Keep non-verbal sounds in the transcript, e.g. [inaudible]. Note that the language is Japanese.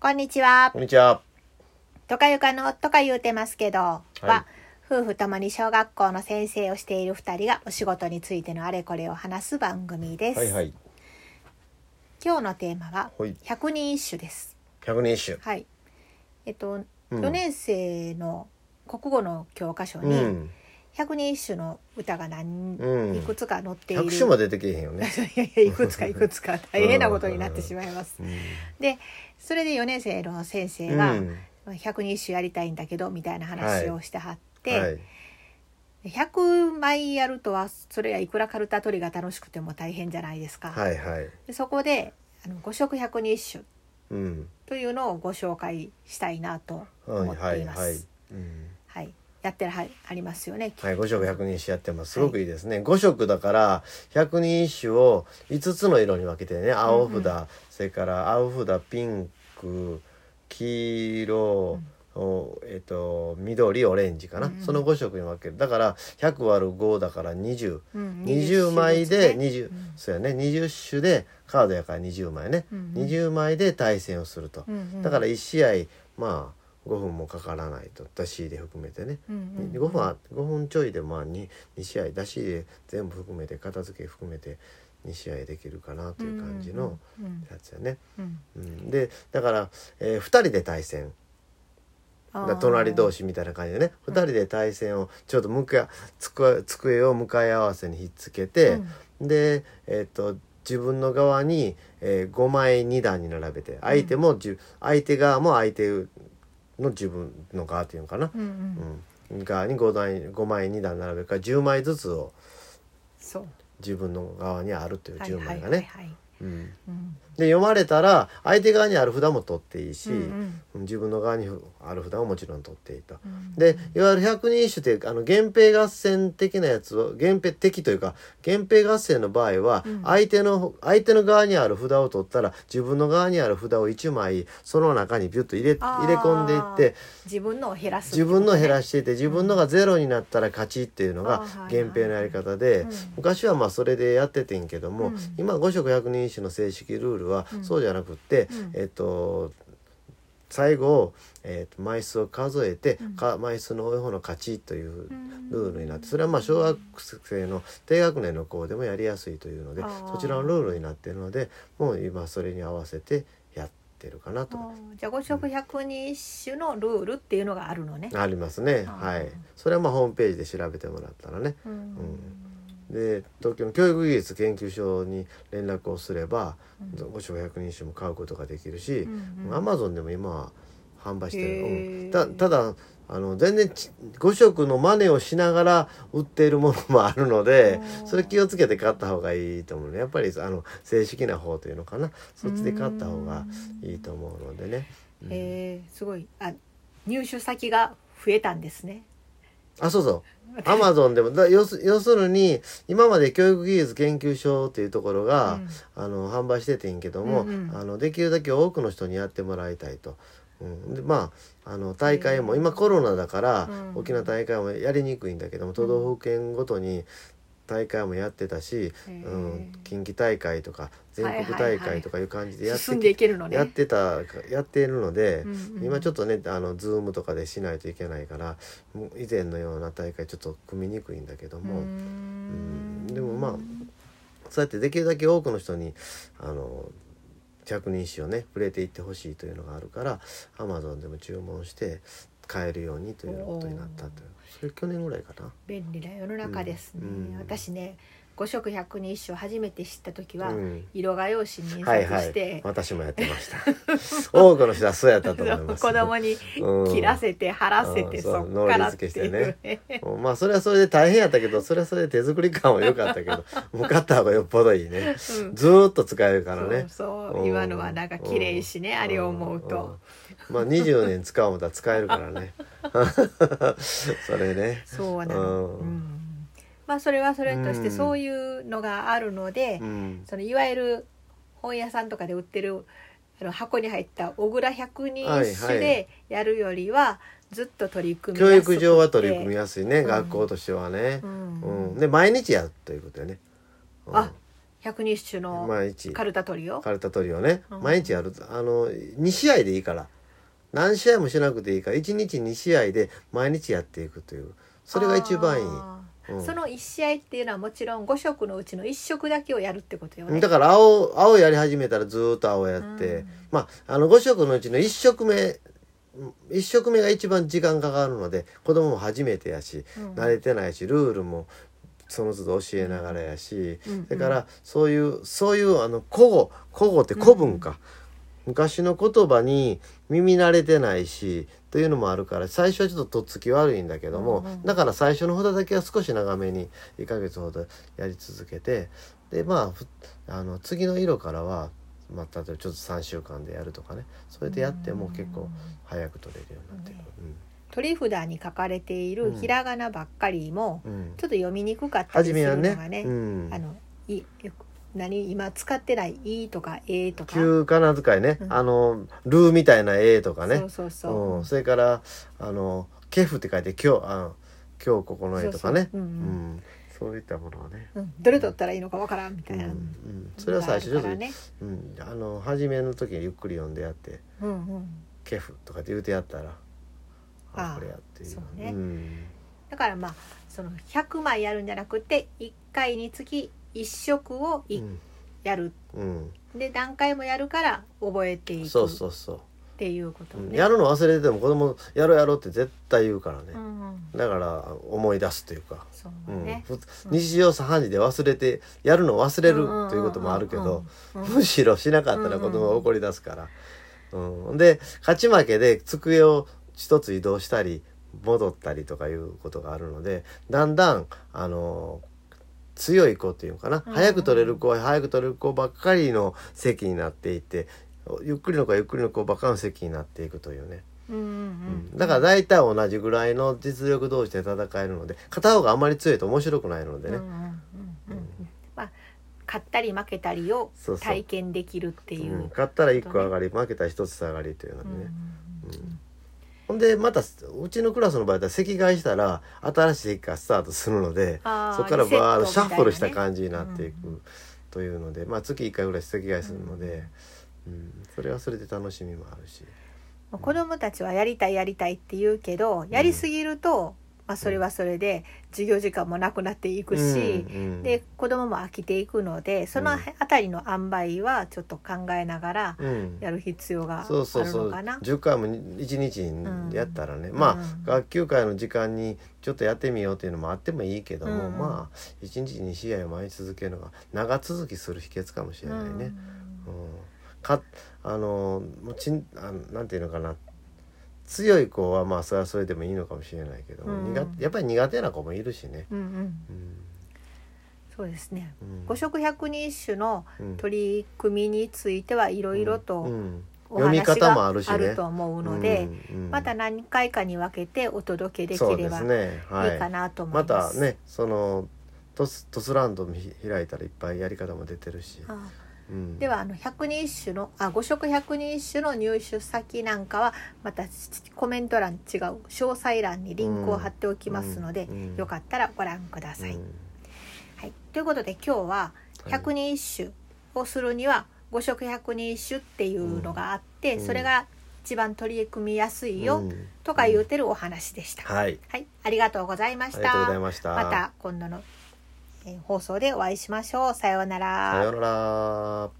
こんにちはこ。んにちは。とかゆかのとか言うてますけど、は、は夫婦ともに小学校の先生をしている二人がお仕事についてのあれこれを話す番組です。はいはい。今日のテーマははい百人一首です。百人一首。はい。えっと、うん4年生の国語の教科書うにん。百人一首の歌が何、うんいくつか載っている。百首まで出てけえへんよね。 [laughs] いやいやいくつかいくつか大変なことになってしまいます。でそれで4年生の先生がうん「百人一首やりたいんだけど」みたいな話をしてはっはてい。 100枚やるとはそれはいくらカルタ取りが楽しくても大変じゃないですか。はいはい。でそこであの「五色百人一首」うん。というのをご紹介したいなとはい思っはていいまはいす。。うんはい、やってるはありますよね。はい、五色百人一首やってます。すごくいいですね。五色だから、百人一首を五つの色に分けてね、青うん札、それから青札、ピンク、黄色、おえっと、緑、オレンジかな。うんうんその五色に分ける。だから、100割る5だから20。うん20枚で20 20、そうやね20種でカードやから20枚ね、うんうん20枚で対戦をすると、うんうんだから1試合まあ5分もかからないと出し入れ含めてね、うんうん5分は5分ちょいでまあ 2, 2試合出し入れ全部含めて片付け含めて2試合できるかなという感じのうんうんやつやね、うんうんうん、でだから、え2人で対戦あだー隣同士みたいな感じでね2人で対戦をちょっと向か机机を向かい合わせにひっつけて、で、えっと自分の側に、え5枚2段に並べて相手もじゅ、相手側も相手の自分の側っていうのかなう、んうんうん、側に5枚 ,5 枚2段並べるから10枚ずつをそう自分の側にあるというはい10枚はがいね。はいはいうんうんで読まれたら相手側にある札も取っていいし、うんうん自分の側にある札ももちろん取っていいと。うんでいわゆる百人一首ってあの源平合戦的なやつを源平的というか源平合戦の場合はうん相手の、相手の側にある札を取ったら自分の側にある札を1枚その中にビュッと入れあー入れ込んでいって自分のを減らす自分の減すらしていて自分のがゼロになったら勝ちっていうのあがーはい源平のやり方で、うん昔はまあそれでやっててんけども、うん今五色百人一首の正式ルールはうんそうじゃなくって、うんえっと最後、えっと枚数を数えて、うんか枚数の多い方の勝ちというルールになってそれはまあ小学生の低学年の子でもやりやすいというのであーそちらのルールになっているのでもう今それに合わせてやってるかなと思いますじゃあ五色百人一首のルールっていうのがあるのねありますね。あーはい。それはまあホームページで調べてもらったらね。うんで、東京の教育技術研究所に連絡をすれば、うご紹介人種も買うことができるし、うんうんアマゾンでも今は販売してへる。ーうんたただあの全然ち5色の真似をしながら売っているものもあるのでおーそれ気をつけて買った方がいいと思うねやっぱりあの正式な方というのかなそっちで買った方がいいと思うのでね、うんへえすごいあ入手先が増えたんですねあそう [laughs] そうアマゾンでもだ要す要するに今まで教育技術研究所っていうところが、うんあの販売しててんけどうも、んうんあのできるだけ多くの人にやってもらいたいと。うん、でまああの大会も今コロナだから、うん大きな大会もやりにくいんだけども都道府県ごとに大会もやってたし、へーうん、近畿大会とか全国大会とかいう感じでやってき進んでいけるのねやってたやっているので、うんうん今ちょっとねあのズームとかでしないといけないからもう以前のような大会ちょっと組みにくいんだけども、うーうんんでもまあそうやってできるだけ多くの人にあの着任紙をね触れていってほしいというのがあるからアマゾンでも注文して買えるようにということになったというそれ去年ぐらいかな。便利な世の中ですね、うんうん私ね五色百人一首初めて知った時は、うん色画用紙に印はい刷はしいて、私もやってました [laughs] 多くの人はそうやったと思いま [laughs] す子供にうん切らせて貼らせうてんそうそっからっていノリう付ねうんまあそれはそれで大変やったけどそれはそれで手作り感は良かったけ [laughs] どもう買った方がよっぽどいいねうんずーっと使えるからそうねそううん今のはなんか綺麗いしねあれを思うとうんうんまあ20年使おうもたら使えるからね [laughs] それねそうなの、うんうんまあそれはそれとしてうんそういうのがあるので、うんそのいわゆる本屋さんとかで売ってるあの箱に入った小倉百人一首はいはでやるよりはずっと取り組み教育上は取り組みややすいね、うん学校としてはねすくて、う、うんんで毎日やるということよね、うんあ百人一首の毎日カルタ取りを、カルタ取りをね、うん毎日やるあの2試合でいいから何試合もしなくていいから1日2試合で毎日やっていくというそれが一番いい、あーうんその一試合っていうのはもちろん五食のうちの一食だけをやるってことよねだから青青やり始めたらずーっと青やって、うんまああの5色のうちの1色目1色目が一番時間かかるので子供も初めてやし、うん慣れてないしルールもその都度教えながらやし、うんだからそういうそういうあの古語古語って古文か、昔の言葉に耳慣れてないしというのもあるから最初はちょっととっつき悪いんだけども、うんうんだから最初のほどだけは少し長めに1ヶ月ほどやり続けてでまあふあの次の色からは、まあ、例えばちょっと3週間でやるとかねそれでやっても結構早く取れるようになってくる。取り札に書かれているひらがなばっかりもうんうんちょっと読みにくかったり初すめはるのねがね、うんあのいよく何今使ってない「い」とか「え」とか旧仮名遣いね、うんあのルーみたいな絵とかねそうそうそう、うん、それからあのケフって書いて今日あの今日ここの絵とかねそうそううんうんうんそういったものはね、うんどれ取ったらいいのかわからんみたういんうな、ん、それは最初ちょっと、があるからねうん、あの初めの時にゆっくり読んでやってうんうん、 「ケフ」とかって言うてやったら「ああこれや」っていうそうねん、だからまあその100枚やるんじゃなくて1回につき1色をういんやる、うんで何回もやるから覚えていくっそうそうそていうことう、うんね。やるの忘れてても子供やろうやろう」って絶対言うからねう、んうんだから思い出すというか。そううんね、ふ日常茶飯事で忘れてやるのを忘れるということもあるけど、うんうんうんうんむしろしなかったら子供が怒り出すから。うん、で勝ち負けで机を一つ移動したり戻ったりとかいうことがあるのでだんだんあの強い子っていうのかな、うん早く取れる子は早く取れる子ばっかりの席になっていってゆっくりの子はゆっくりの子ばっかりの席になっていくというね。うんうんうんだから大体同じぐらいの実力同士で戦えるので片方があんまり強いと面白くないのでね、うんうんうんうんまあ勝ったり負けたりをそうそう体験できるっていう。うん勝ったら1個上がり負けたら1つ下がりというのでうね、んうんうんほんでまたうちのクラスの場合は席替えしたら新しい席がスタートするのであーそこからバーッとシャッフルしたリセットみたいなね感じになっていくというので、まあ月1回ぐらい席替えするので、うんそれはそれで楽しみもあるし、もう子どもたちはやりたいやりたいって言うけどやりすぎると、まあ、それはそれで授業時間もなくなっていくし、うんうんで子どもも飽きていくのでそのうんあたりの塩梅はちょっと考えながらうんやる必要があるそうそうそのうかな。 10回も1日にやったらね、まあ、うん学級会の時間にちょっとやってみようっていうのもあってもいいけども、うんまあ1日に試合を毎日続けるのが長続きする秘訣かもしれないね。うんかあのもうちんあのなんていうのかな強い子はまあそれはそれでもいいのかもしれないけども、うん苦手やっぱり苦手な子もいるしね。うんうん、うんそうですねうん五色百人一首のうん取り組みについてはいろいろうとんお読み話方もがあるしねあると思うので、うんうんまた何回かに分けてお届けできそうれでばすいね、はい、いかなと思いまます。たねそのトストスランドもひ開いたらいっぱいやり方も出てるし、あうん、ではあの百人一首のあ五色百人一首の入手先なんかはまたコメント欄違う詳細欄にリンクを貼っておきますので、うんうんよかったらご覧ください。うんはい、ということで今日ははい百人一首をするには五色百人一首っていうのがあって、うんそれが一番取り組みやすいよ、うんとか言うてるお話でした。はいはい、ありがとうございまあしりがとうございた。ましたまた今度の、えー放送でお会いしましょう。さようなら。さようなら